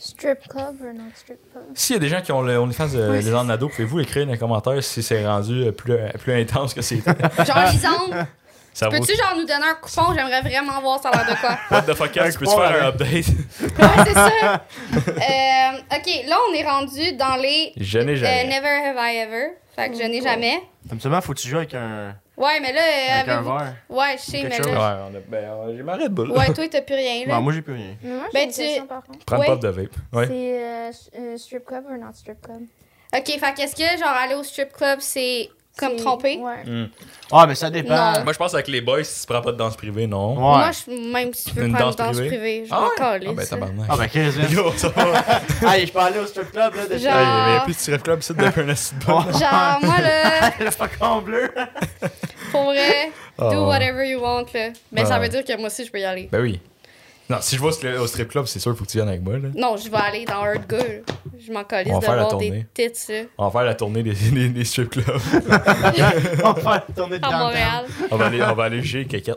S4: Strip club ou non strip club?
S3: S'il y a des gens qui ont le OnlyFans de
S4: Ouais,
S3: les
S4: c'est
S3: gens de Nado, pouvez-vous écrire dans les commentaires si c'est rendu euh, plus, euh, plus intense que c'était?
S1: euh, Genre, Lisande,
S3: ça vaut.
S1: peux-tu genre nous donner un coupon? J'aimerais vraiment voir ça a l'air de quoi.
S3: What the fuck,
S2: Un
S3: tu peux-tu faire un
S2: coupon,
S3: update?
S1: Ouais, c'est ça. Euh, ok, là, on est rendu dans les
S3: Je n'ai
S1: Euh,
S3: jamais.
S1: never have I ever. Fait que je
S2: Oh.
S1: n'ai jamais.
S2: Absolument, faut que tu joues avec un.
S1: Ouais, mais là, euh,
S2: Avec un
S1: avez-vous-
S2: verre.
S1: Ouais, je sais,
S2: Quelque
S1: mais
S2: chose.
S3: Ouais,
S1: là.
S3: on a- ben, euh, j'ai ma Red Bull.
S1: Ouais, toi, t'as plus rien, là.
S2: Non, moi, j'ai plus rien.
S4: Mais moi, j'ai
S1: Ben,
S4: une
S1: tu-
S4: question, par contre.
S3: Prends une
S1: ouais.
S3: pop de vape. Ouais.
S4: C'est euh, s- euh, strip club ou non strip club?
S1: Ok, fait qu'est-ce que, genre, aller au strip club, c'est comme
S4: C'est-
S1: tromper?
S4: Ouais.
S3: Mm.
S2: Ah, mais ça dépend.
S1: Non.
S3: Moi, je pense avec les boys, si tu prends pas de danse privée, non.
S2: Ouais.
S1: Moi, je, même si tu veux
S3: Une
S1: prendre
S3: danse
S1: une danse
S3: privée.
S1: privée, je
S3: Ah
S1: m'en
S3: ouais?
S1: calisse,
S3: Ah ben
S1: là.
S3: tabarnak.
S2: Ah, ben, 15
S3: Yo, ça va.
S2: Hey, je peux aller au strip club, là,
S1: Genre-
S2: déjà.
S3: Hey, Il y avait plus de strip club ici depuis un acide bon.
S1: Genre, moi, là,
S2: Le fucking bleu.
S1: pour vrai, do
S3: Oh.
S1: whatever you want, là. Mais ça
S3: Ah.
S1: veut dire que moi aussi, je peux y aller.
S3: Ben oui. Non, si je vais au sli- au strip club, c'est sûr, faut que tu viennes avec moi, là.
S1: Non, je vais aller dans Hard Girl. Je m'en calisse
S3: On
S1: de
S3: va faire la
S1: voir des
S3: tournée.
S1: têtes là,
S3: On va faire la tournée des, des- des strip clubs.
S2: On va faire tourner de
S1: à Montréal.
S3: On va aller, on va aller chez Kékette.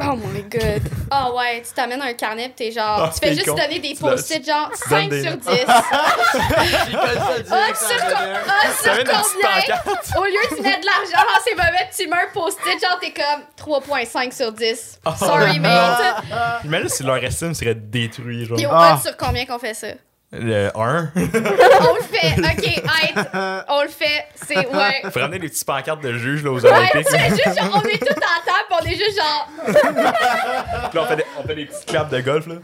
S1: Oh my god. Ah ouais, tu t'amènes un carnet pis t'es genre.
S3: Ah,
S1: tu fais
S3: t'es
S1: juste
S3: con.
S1: donner des
S3: Tu l'as-
S1: post-it genre
S3: tu
S1: 5
S3: donnes
S1: sur
S3: des-
S1: 10. Ah, sur, co- ah, sur
S3: T'amènes une petite
S1: combien?
S3: pancarte.
S1: Au lieu de mettre de l'argent dans ces mauvaises tu mets un post-it genre t'es comme 3.5 sur 10.
S3: Ah.
S1: Sorry, mate.
S3: Mais là, si leur estime serait détruit, genre.
S1: Yo,
S2: Ah.
S1: on sur combien qu'on fait ça?
S3: Le 1.
S1: On le fait, ok, être, on le fait, c'est ouais.
S3: Faut ramener les petites pancartes de juges, là, aux
S1: Ouais, tu
S3: Olympiques.
S1: fais juste genre, on est tous en table, on est juste genre.
S3: Puis là, on fait des, on fait des petites claps de golf, là.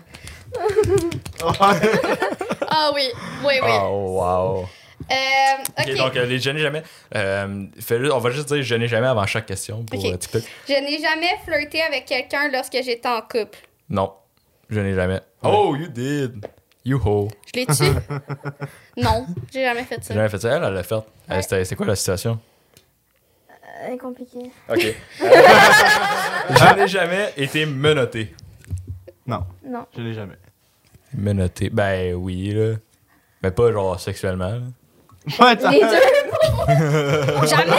S1: Ah oui, oui, oui.
S3: Oh, wow.
S1: Euh,
S3: Ok,
S1: ok,
S3: donc, euh, les je n'ai jamais. euh, fais juste- on va juste dire je n'ai jamais avant chaque question pour
S1: Ok.
S3: euh, TikTok.
S1: je n'ai jamais flirté avec quelqu'un lorsque j'étais en couple.
S3: Non, je n'ai jamais. Oh, you did. You ho.
S1: Je l'ai tué? non, j'ai jamais fait
S3: J'ai
S1: ça.
S3: jamais fait ça. Elle, elle l'a fait. Elle, c'était- C'est quoi la situation?
S4: C'est Euh, compliqué.
S1: Euh,
S3: Ok. je n'ai jamais été menotté.
S2: Non,
S4: Non.
S2: je l'ai jamais.
S3: Menotté? Ben oui, là. Mais pas genre sexuellement. là.
S4: Les deux.
S1: Jamais?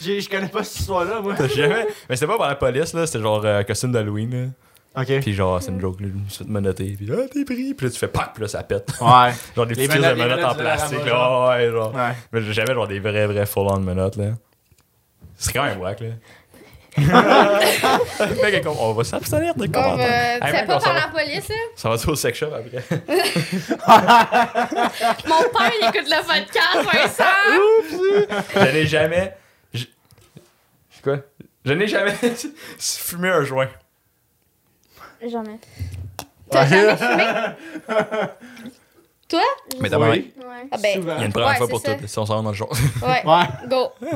S2: J'ai- Je connais pas cette histoire-là, moi.
S3: T'as jamais. Mais c'était pas par la police, là. C'était genre euh, costume d'Halloween, là.
S2: Ok.
S3: Puis genre, c'est une joke, là. Je me suis fait menotter. Puis là, t'es pris. Puis là, tu fais pac, puis là, ça pète.
S2: Ouais.
S3: Genre des
S2: Les
S3: petites
S2: menottes-
S3: de
S2: les
S3: menottes en
S2: menottes de la
S3: plastique,
S2: Rama,
S3: là. Ouais, genre.
S2: Ouais.
S3: Mais j'ai jamais genre des vrais, vrais full-on menottes, là. C'est quand même wack, là. Le mec est comme, on va s'abstenir de
S1: On
S3: commentaires.
S1: va- Fais
S3: Hey, mec,
S1: pas
S3: on s'en
S1: par
S3: va-
S1: la police, hein?
S3: Ça va au sex shop après.
S1: Mon père, il écoute le podcast, Vincent!
S3: Je n'ai jamais. je- C'est quoi? Je n'ai jamais fumé un joint.
S4: Jamais.
S3: Ah,
S1: T'as jamais fumé? Toi?
S3: Mais
S2: t'as marre.
S4: Ouais.
S1: Ah ben,
S2: Souvent.
S3: Il y a une première
S1: Ouais,
S3: fois
S1: c'est
S3: pour
S1: ça.
S3: tout, si on s'en va dans le jour.
S1: ouais,
S2: Ouais.
S1: go.
S3: Mais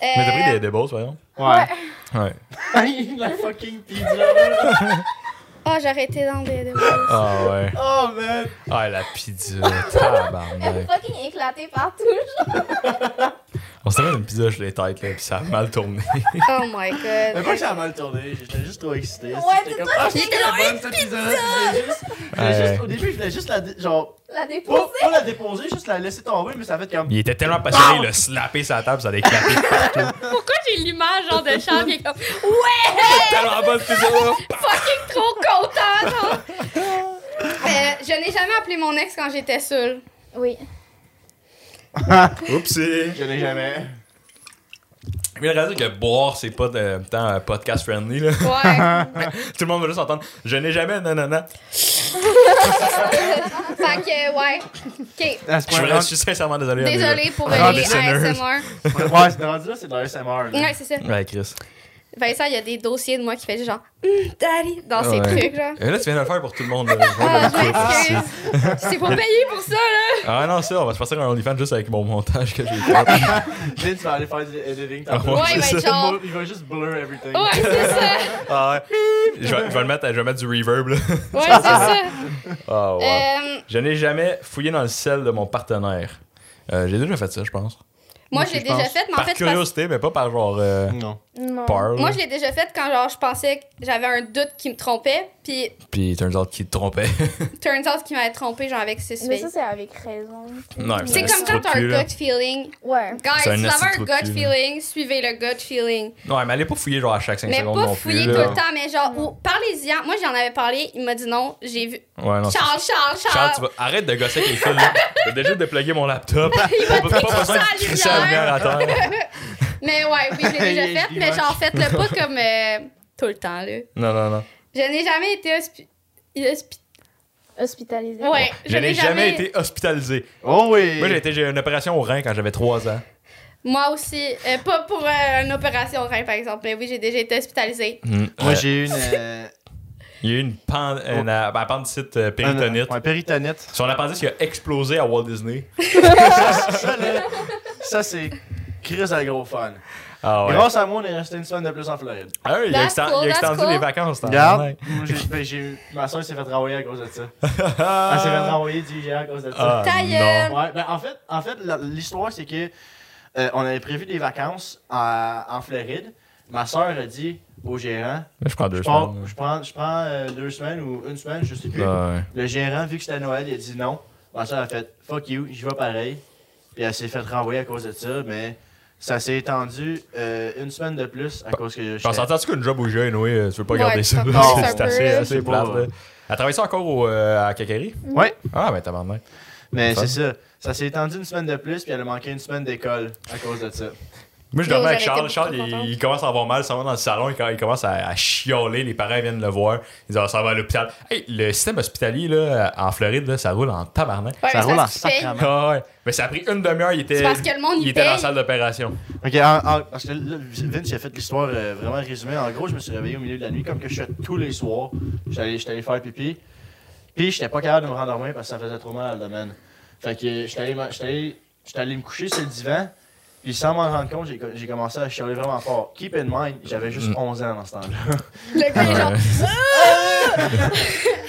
S3: t'as pris
S1: Euh,
S3: des, des bosses, par exemple?
S2: Ouais.
S3: Ouais.
S2: La fucking pizza.
S1: Ah, j'aurais été dans des... des-
S3: Ah ouais.
S2: Oh, man.
S3: Ah, la pizza. Tabarnak.
S4: Fucking éclaté partout.
S3: On s'est mis une pizza sur les têtes, là, pis ça a mal tourné.
S1: Oh my
S2: Mais
S1: god.
S2: pas que ça a mal tourné, j'étais juste trop excité.
S4: Ouais,
S2: C'était
S4: c'est
S2: comme,
S4: ça,
S2: ah,
S4: j'ai
S2: j'étais la bonne cette pizza. Je voulais juste- je voulais
S3: Ouais.
S2: juste- Au début, je voulais juste la. dé- Genre,
S4: La
S2: pas,
S3: Oh!
S4: dépose.
S2: pas la déposer, juste la laisser tomber, mais ça a fait comme.
S3: Il était tellement passionné, il a slappé sa table, ça a éclaté.
S1: Pourquoi j'ai l'image genre de Charles qui est comme
S3: tellement bonne pizza, là.
S1: fucking trop content, genre. Euh, je n'ai jamais appelé mon ex quand j'étais seule.
S4: Oui.
S3: Oupsie.
S2: Je l'ai jamais.
S3: Je viens de réaliser que boire, c'est pas de, tant euh, podcast friendly, là.
S1: Ouais.
S3: Tout le monde veut juste entendre Je n'ai jamais, non, non, non.
S1: fait que, ouais. Ok.
S2: À ce
S3: Je suis
S2: point-là,
S3: vraiment- je suis sincèrement désolé.
S1: Désolée pour euh,
S3: Ah,
S1: les
S3: listeners.
S1: ASMR.
S2: Ouais, c'est rendu là, c'est de l'ASMR. là.
S1: Ouais, c'est ça.
S3: Ouais, Chris.
S1: Vincent, il y a des dossiers de moi qui fait juste genre Hum, daddy dans ses
S3: Ouais.
S1: trucs, genre.
S3: Et là, tu viens de le faire pour tout le monde. là.
S1: Ah, je m'excuse. C'est pas payé pour ça, là.
S3: ah non, ça, on va se passer un OnlyFans juste avec mon montage que j'ai fait.
S2: Vin, tu vas aller faire du editing.
S3: Ouais,
S2: tantôt.
S3: ouais,
S2: Il va-
S1: genre-
S2: Il va juste blur everything.
S1: Ouais, c'est ça.
S3: ah, ouais. je, vais, je vais le mettre, je vais mettre du reverb, là.
S1: Ouais, c'est ça.
S3: Ah, ouais.
S1: Euh,
S3: Je n'ai jamais fouillé dans le sel de mon partenaire. Euh, j'ai déjà fait ça, je pense.
S1: moi,
S2: Moi aussi,
S1: j'ai
S2: je
S1: déjà
S2: pense.
S1: fait, mais en
S3: par
S1: fait, parce-
S3: curiosité, mais pas par genre euh,
S2: Non.
S4: Non.
S3: peur.
S1: moi,
S3: là.
S1: je l'ai déjà fait quand genre je pensais que j'avais un doute qui me trompait, puis
S3: Puis turns out qu'il te trompait.
S1: turns out qu'il m'avait trompé, genre avec six
S4: Mais
S1: filles.
S4: ça, c'est avec raison.
S3: non, mais
S1: C'est
S3: un
S1: comme
S3: petit trou
S1: quand
S3: de
S1: t'as un
S3: cul, là.
S1: gut feeling.
S4: Ouais.
S1: Guys, si
S3: C'est un
S1: vous
S3: esti
S1: avez
S3: trou
S1: un
S3: de
S1: gut
S3: cul,
S1: feeling, suivez le gut feeling.
S3: Non, mais allez pas fouiller genre à chaque 5
S1: Mais
S3: secondes
S1: pas
S3: non plus.
S1: fouiller tout
S3: là.
S1: le temps, mais genre, ou parlez-y-en. Moi, j'en avais parlé, il m'a dit non, j'ai vu.
S3: Ouais, non. c'est-
S1: Charles, Charles,
S3: Charles,
S1: Charles.
S3: tu vas... arrête de gosser avec les fils. là. T'as déjà déplugué mon laptop. T'as pas, pas besoin
S1: ça à
S3: de crisser la
S1: lumière.
S3: lumière à terre.
S1: Mais ouais, oui, je l'ai
S2: Il est
S1: déjà fait, mais
S2: dimanche.
S1: genre, faites-le pas comme euh, tout le temps, là.
S3: Non, non, non.
S1: Je n'ai jamais été hospi... hospi-
S4: Hospitalisé.
S1: Ouais,
S3: Je n'ai jamais été hospitalisé.
S2: Oh oui.
S3: Moi, j'ai été j'ai eu une opération au rein quand j'avais 3 ans.
S1: Moi aussi. euh, pas pour euh, une opération au rein, par exemple, mais oui, j'ai déjà été hospitalisée.
S3: Mm.
S2: Moi,
S3: Euh,
S2: j'ai eu une. euh,
S3: Il y a eu une, pan... une euh, appendicite euh, péritonite.
S2: un- Ouais, péritonite.
S3: Son appendice il a explosé à Walt Disney.
S2: Ça, là, ça, c'est Chris à gros fun.
S3: Ah ouais.
S2: Grâce à moi, on est resté une semaine de plus en Floride.
S3: Ah ouais, il a,
S1: That's
S3: exten-
S1: cool,
S3: il a
S1: that's
S3: extendu
S1: cool.
S3: les vacances. t'as-
S2: Regarde. Moi, j'ai- ben, j'ai eu- Ma soeur s'est fait travailler à cause de ça. Elle s'est fait travailler du IGA à cause de ça.
S3: Ah,
S1: Ta
S3: non.
S1: gueule.
S2: Ouais, ben, en fait, en fait la- l'histoire, c'est que euh, on avait prévu des vacances à- en Floride. ma soeur a dit au gérant
S3: Je prends deux
S2: Je
S3: semaines. Ah.
S2: pars- je prends, je prends euh, deux semaines ou une semaine, je sais plus.
S3: là. Ouais.
S2: Le gérant, vu que c'était Noël, il a dit non. Ma soeur a fait fuck you, j'y vais pareil. Puis elle s'est fait renvoyer à cause de ça, mais ça s'est étendu euh, une semaine de plus à cause que
S3: Puis On
S2: je.
S3: s'entend-tu qu'une job au jeune, oui, euh, tu veux pas
S1: Ouais,
S3: garder ça.
S1: tu
S3: là,
S1: t'en
S3: c'est-
S2: passes un
S3: C'est
S2: peu,
S3: assez,
S1: là.
S3: assez
S2: C'est
S3: plate.
S2: pas-
S3: là. Elle travaille ça encore au, euh, à Cacari?
S2: Ouais,
S3: Ah, ben t'as mec.
S2: mais c'est ça. Ça s'est étendu une semaine de plus, puis elle a manqué une semaine d'école à cause de ça.
S3: Moi, je
S1: Yo,
S3: dormais avec
S1: j'aurais
S3: Charles.
S1: été beaucoup
S3: Charles,
S1: trop
S3: il,
S1: contente.
S3: il commence à avoir mal, ça va dans le salon, il, il commence à, à chialer. Les parents viennent le voir. Ils disent, ah, ça va à l'hôpital. Hey, le système hospitalier, là, en Floride, là, ça roule en tabarnak.
S1: Ouais, mais
S2: roule
S1: c'est
S2: en
S1: parce qu'il paye.
S2: sacrament.
S3: Ah, ouais. Mais ça a pris une demi-heure, il était,
S1: C'est parce que le monde,
S3: il
S1: il
S3: était dans la
S1: paye.
S3: salle d'opération.
S2: Ok, en- en- parce que là, Vince, il a fait l'histoire euh, vraiment résumée. En gros, je me suis réveillé au milieu de la nuit, comme que je fais tous les soirs. J'étais allé, j'étais allé faire pipi. Puis, j'étais pas capable de me rendormir parce que ça faisait trop mal à l'abdomen. Fait que euh, j'étais allé, ma- j'étais allé- j'étais allé me coucher sur le divan. Puis, sans m'en rendre compte, j'ai co- j'ai commencé à chialer vraiment fort. Keep in mind, j'avais juste
S3: Mm.
S2: 11 ans dans ce temps-là.
S1: Le gars, il est genre.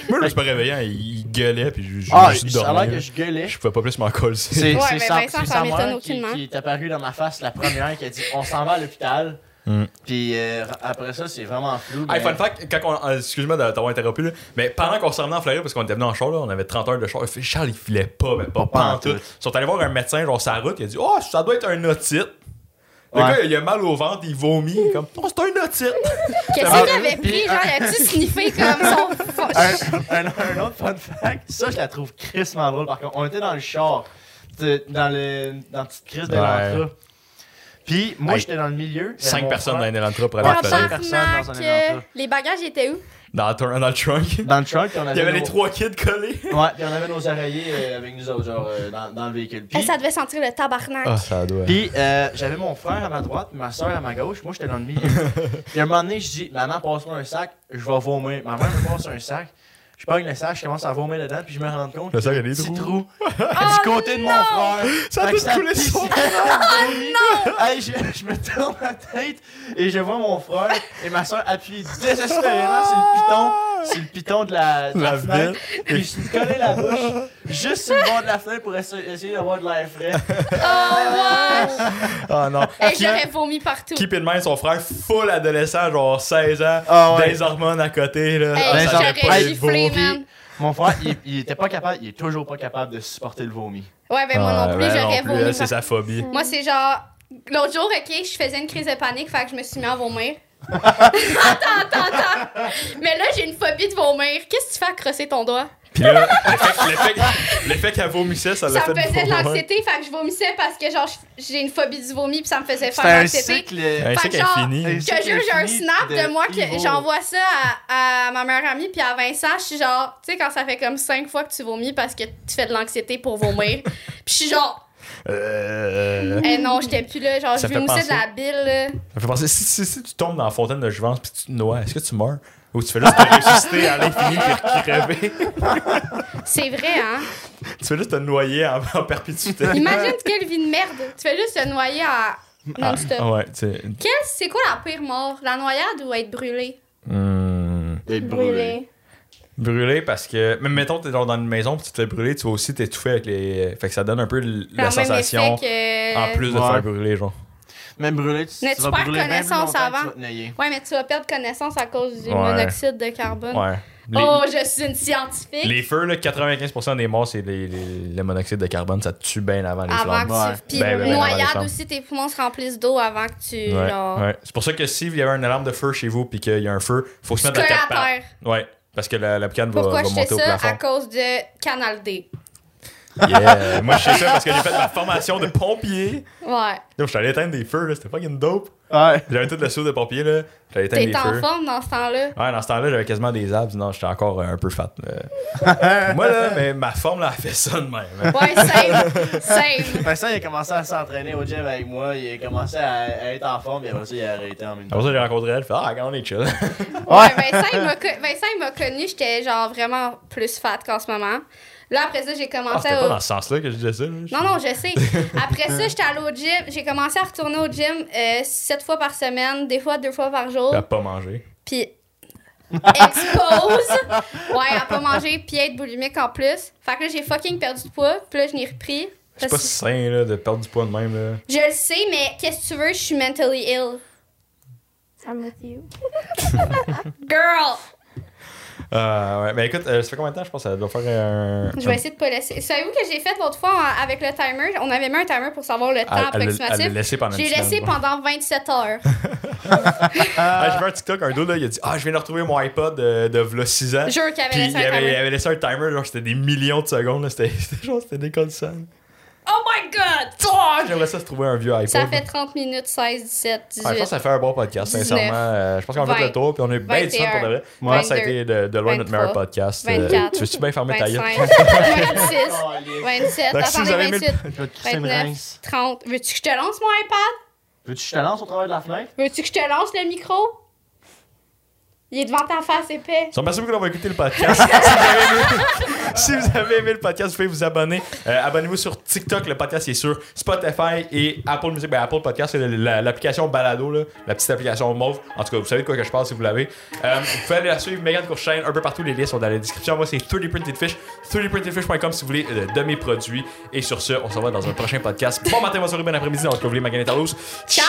S3: Moi, je me suis pas réveillé, hein, il gueulait, puis je, je
S2: Ah,
S3: me suis
S2: ça a
S3: dormi.
S2: l'air que
S3: là.
S2: je gueulais.
S3: Je pouvais pas plus m'en coller.
S2: C'est
S1: Ouais,
S2: c'est
S1: mais
S2: sa-
S1: Vincent,
S2: c'est
S1: ça
S2: sa
S1: m'étonne
S2: mère qui,
S1: aucunement.
S2: qui est apparue dans ma face, la première, qui a dit On s'en va à l'hôpital.
S3: Mm.
S2: Puis, euh, après ça, c'est vraiment flou.
S3: Hey,
S2: mais-
S3: fun fact, quand on, euh, excuse-moi de t'avoir interrompu, là, mais pendant qu'on s'est ramené en Floride, parce qu'on était venu en char, là, on avait 30 heures de char, Charles il filait pas, mais pas
S2: Pas en
S3: pantoute.
S2: tout.
S3: Ils sont allés voir un médecin, genre sa route, il a dit Oh, ça doit être un otite. Le
S2: Ouais.
S3: gars, il a mal au ventre, il vomit, il est comme Oh, c'est un otite.
S1: Qu'est-ce qu'il avait pris? Genre, il a-tu sniffé comme son.
S2: un, un- un autre fun fact, ça je la trouve crissement drôle par contre. On était dans le char, de- dans le dans la petite crise de
S3: Ouais.
S2: l'entra. Puis moi
S3: Hey.
S2: j'étais dans le milieu. j'avais
S3: 5
S2: mon
S3: personnes dans
S2: frère
S3: un élantra pour aller en Floride.
S2: Tabarnak, personne dans un élan,
S1: Tabarnak!
S2: ça.
S1: euh, Les bagages étaient où?
S3: Dans, le tour- dans le trunk.
S2: dans le truck. puis On
S3: Il y avait
S2: nos-
S3: les trois kids collés.
S2: Ouais, puis on avait nos oreillers euh, avec nous autres, genre euh, dans, dans le véhicule.
S1: Eh,
S2: Puis,
S1: Ça devait sentir le tabarnak.
S2: Ah,
S3: ça doit.
S2: puis, euh, j'avais mon frère à ma droite, ma soeur à ma gauche, moi j'étais dans le milieu. puis à un moment donné, je dis Maman, passe-moi un sac, je vais vomir. Ma mère me passe un sac. Je pogne le sac, je commence à vomir dedans, puis je me rends compte
S3: Le sac,
S2: qu'il
S3: il y a des
S2: petits
S3: trous.
S2: du côté de mon frère.
S3: Ça a
S2: Fait que
S3: tout coulé
S2: pisse.
S3: sur
S2: non! Hey, je, je me tourne la tête et je vois mon frère et ma soeur appuyer désespérément sur le piton, sur le piton de la, de la
S3: La
S2: fenêtre. Puis je me collais la bouche juste sur le bord de la fenêtre pour essa- essayer d'avoir de l'air frais. Ah,
S3: Oh non.
S1: Eh,
S3: Ah. Qui a-
S1: J'aurais vomi partout.
S3: Keep in mind, son frère full adolescent, genre 16 ans,
S2: Ah ouais.
S3: des hormones à côté. Là.
S1: Eh,
S3: Ah, ça
S2: j'aurais
S3: aurait pas été
S1: giflé,
S3: beau.
S1: man.
S2: Mon frère, il, il était pas capable, il est toujours pas capable de supporter le vomi.
S1: Ouais, ben moi
S3: Ah,
S1: non plus,
S3: ben
S1: j'aurais
S3: non plus, elle,
S1: vomi.
S3: C'est sa phobie.
S1: Moi, c'est genre. L'autre jour, ok, je faisais une crise de panique, fait que je me suis mis à vomir. attends, attends, attends. Mais là, j'ai une phobie de vomir. Qu'est-ce que tu fais à crosser ton doigt?
S3: Puis là, le fait- le fait- le fait qu'elle vomissait, ça l'a
S1: Ça
S3: fait
S1: me faisait de
S3: vomir.
S1: l'anxiété, fait que je vomissais parce que genre je- j'ai une phobie du vomi puis ça me faisait faire
S2: C'était un
S1: l'anxiété.
S2: cycle. euh,
S3: Elle
S1: Fait
S3: sait
S1: que
S3: qu'elle
S1: genre-
S3: finit.
S1: Je te jure, j'ai un snap de, moi que j'envoie ça à, à ma meilleure amie puis à Vincent. Je suis genre, tu sais, quand ça fait comme cinq fois que tu vomis parce que tu fais de l'anxiété pour vomir. puis je suis genre,
S3: Euh,
S1: eh non, j'étais plus là. Genre,
S3: Ça
S1: je
S3: fait
S1: vomissais de la
S3: penser.
S1: bile. là.
S3: ça me fait penser, si, si, si tu tombes dans la fontaine de Jouvence puis tu te noies, est-ce que tu meurs? Ou tu fais juste te ressusciter à l'infini puis crever?
S1: C'est vrai, hein?
S3: tu fais juste te noyer en, en perpétuité?
S1: Imagine quelle vie de merde. Tu fais juste te noyer à.
S3: Ah,
S1: Non-stop.
S3: ouais, tu sais.
S1: Quelle- C'est quoi la pire mort? La noyade ou être brûlé?
S3: hmm.
S1: Brûlé.
S3: Brûlé parce que. Même mettons, t'es genre dans une maison puis tu te fais brûler, tu vas aussi t'étouffer avec les. Fait que ça donne un peu l- la
S1: Par même
S3: sensation.
S1: effet que-
S3: En plus de
S2: Ouais.
S3: faire brûler, genre.
S2: Même brûlé, tu,
S1: Mais
S2: tu
S1: tu
S2: vas
S1: perds
S2: brûler bien plus
S1: connaissance
S2: longtemps que
S1: avant.
S2: tu vas te nailler.
S1: Ouais, mais tu vas perdre connaissance à cause du
S3: Ouais.
S1: monoxyde de carbone.
S3: Ouais. Les,
S1: Oh, je suis une scientifique.
S3: les feux, là, 95% des morts, c'est les- les- le monoxyde de carbone, ça te tue bien avant les
S1: Avant
S3: flammes.
S1: que
S2: Ouais.
S1: tu. Puis
S3: Ben, ben, ben, avant les
S1: noyade
S3: flammes.
S1: aussi, tes poumons se remplissent d'eau avant que tu.
S3: Ouais,
S1: genre,
S3: ouais. C'est pour ça que s'il y avait une alarme de feu chez vous puis qu'il y a un feu, faut se
S1: Tu
S3: mettre à
S1: colles
S3: quatre
S1: à
S3: pattes.
S1: terre.
S3: Ouais, parce que la, la boucane va,
S1: Pourquoi
S3: va
S1: je fais
S3: monter au
S1: ça? À
S3: plafond.
S1: cause de Canal D.
S3: Yeah. Moi, je sais ça parce que j'ai fait ma formation de pompier.
S1: Ouais.
S3: Donc, je suis allé éteindre des feux, là, c'était fucking dope.
S2: Ouais.
S3: J'avais tout le saut de pompier, là. J'allais éteindre
S1: T'es
S3: des feux.
S1: en forme dans ce temps-là.
S3: Ouais, dans ce temps-là, j'avais quasiment des abs. Non, j'étais encore euh, un peu fat. euh. Moi, là, mais ma forme, là, elle fait ça de même. hein.
S1: Ouais, same. same.
S2: Vincent, il a commencé à s'entraîner au gym avec moi, il a commencé à, à être en forme, et après ça, il a arrêté en même temps.
S3: Après ça, j'ai rencontré elle, fait Ah, regarde, on est chill.
S1: Ouais, Vincent, il m'a co- Vincent, il m'a connu, j'étais genre vraiment plus fat qu'en ce moment. Là, après ça, j'ai
S3: Ah,
S1: commencé
S3: c'était pas
S1: à.
S3: dans ce sens-là que je disais ça. là.
S1: Non, non, je sais. Après ça, j'étais allée au gym. J'ai commencé à retourner au gym euh, sept fois par semaine, des fois deux fois par jour.
S3: Elle a pas mangé.
S1: Puis. Expose! Ouais, à pas manger, puis être boulimique en plus. Fait que là, j'ai fucking perdu de poids, puis là, je n'ai repris.
S3: C'est pas
S1: Parce-
S3: sain là, de perdre du poids de même. Là.
S1: Je le sais, mais qu'est-ce que tu veux, je suis mentally ill.
S4: I'm with you.
S1: Girl!
S3: Euh, ouais, mais écoute, euh, ça fait combien de temps? Je pense que ça doit faire un.
S1: Je vais essayer de pas laisser. Savez-vous que j'ai fait l'autre fois en- avec le timer? On avait mis un timer pour savoir le temps
S3: Elle- elle l'a-
S1: approximatif.
S3: elle l'a laissé pendant une
S1: J'ai
S3: semaine,
S1: laissé
S3: ouais.
S1: pendant 27 heures.
S3: Ah, j'ai vu un TikTok, un dos là, il a dit Ah, je viens de retrouver mon iPod de, de v'là 6 ans.
S1: Jure qu'il avait
S3: Puis il
S1: laissé un
S3: avait, il
S1: timer.
S3: avait laissé un timer, genre c'était des millions de secondes, là, c'était c'était genre c'était décollissant.
S1: Oh my god!
S3: Ah, j'aimerais ça se trouver un vieux iPod.
S1: Ça fait 30 minutes, 16, 17, 18.
S3: Ouais, je pense que ça fait un bon podcast,
S1: 19,
S3: sincèrement. Euh, je pense qu'on a fait le
S1: 20,
S3: tour, puis on est bien du fun pour de vrai. Je pense que ça a
S1: 22,
S3: été de, de loin notre meilleur
S1: 23,
S3: podcast. euh,
S1: 24,
S3: tu veux-tu bien fermer ta gueule?
S1: 25, 26,
S2: Calice.
S1: 27,
S3: Donc, si vous
S1: attendez,
S3: avez aimé le-
S1: 28,
S2: Je vais te crisser une
S1: 29.
S2: rince.
S1: 30. Veux-tu que je te lance mon iPad?
S2: Veux-tu que je te lance au travers de la fenêtre?
S1: Veux-tu que je te lance le micro? Il est devant ta face épais.
S3: Donc, merci beaucoup d'avoir écouté le podcast. si, vous avez aimé, si vous avez aimé le podcast, vous pouvez vous abonner. Euh, Abonnez-vous sur TikTok, le podcast est sur Spotify et Apple Music. Ben, Apple Podcast, c'est le- la- l'application Balado, là, la petite application mauve. En tout cas, vous savez de quoi que je parle si vous l'avez. Euh, vous pouvez aller la suivre, Megan Courchaine, un peu partout, les liens sont dans la description. Moi, c'est 30 Printed Fish, 30printedfish.com si vous voulez euh, de mes produits. Et sur ce, on se revoit dans un prochain podcast. Bon matin, bonsoir, bon après-midi, dans le cas où vous voulez, Magan et Talos.
S1: Ciao!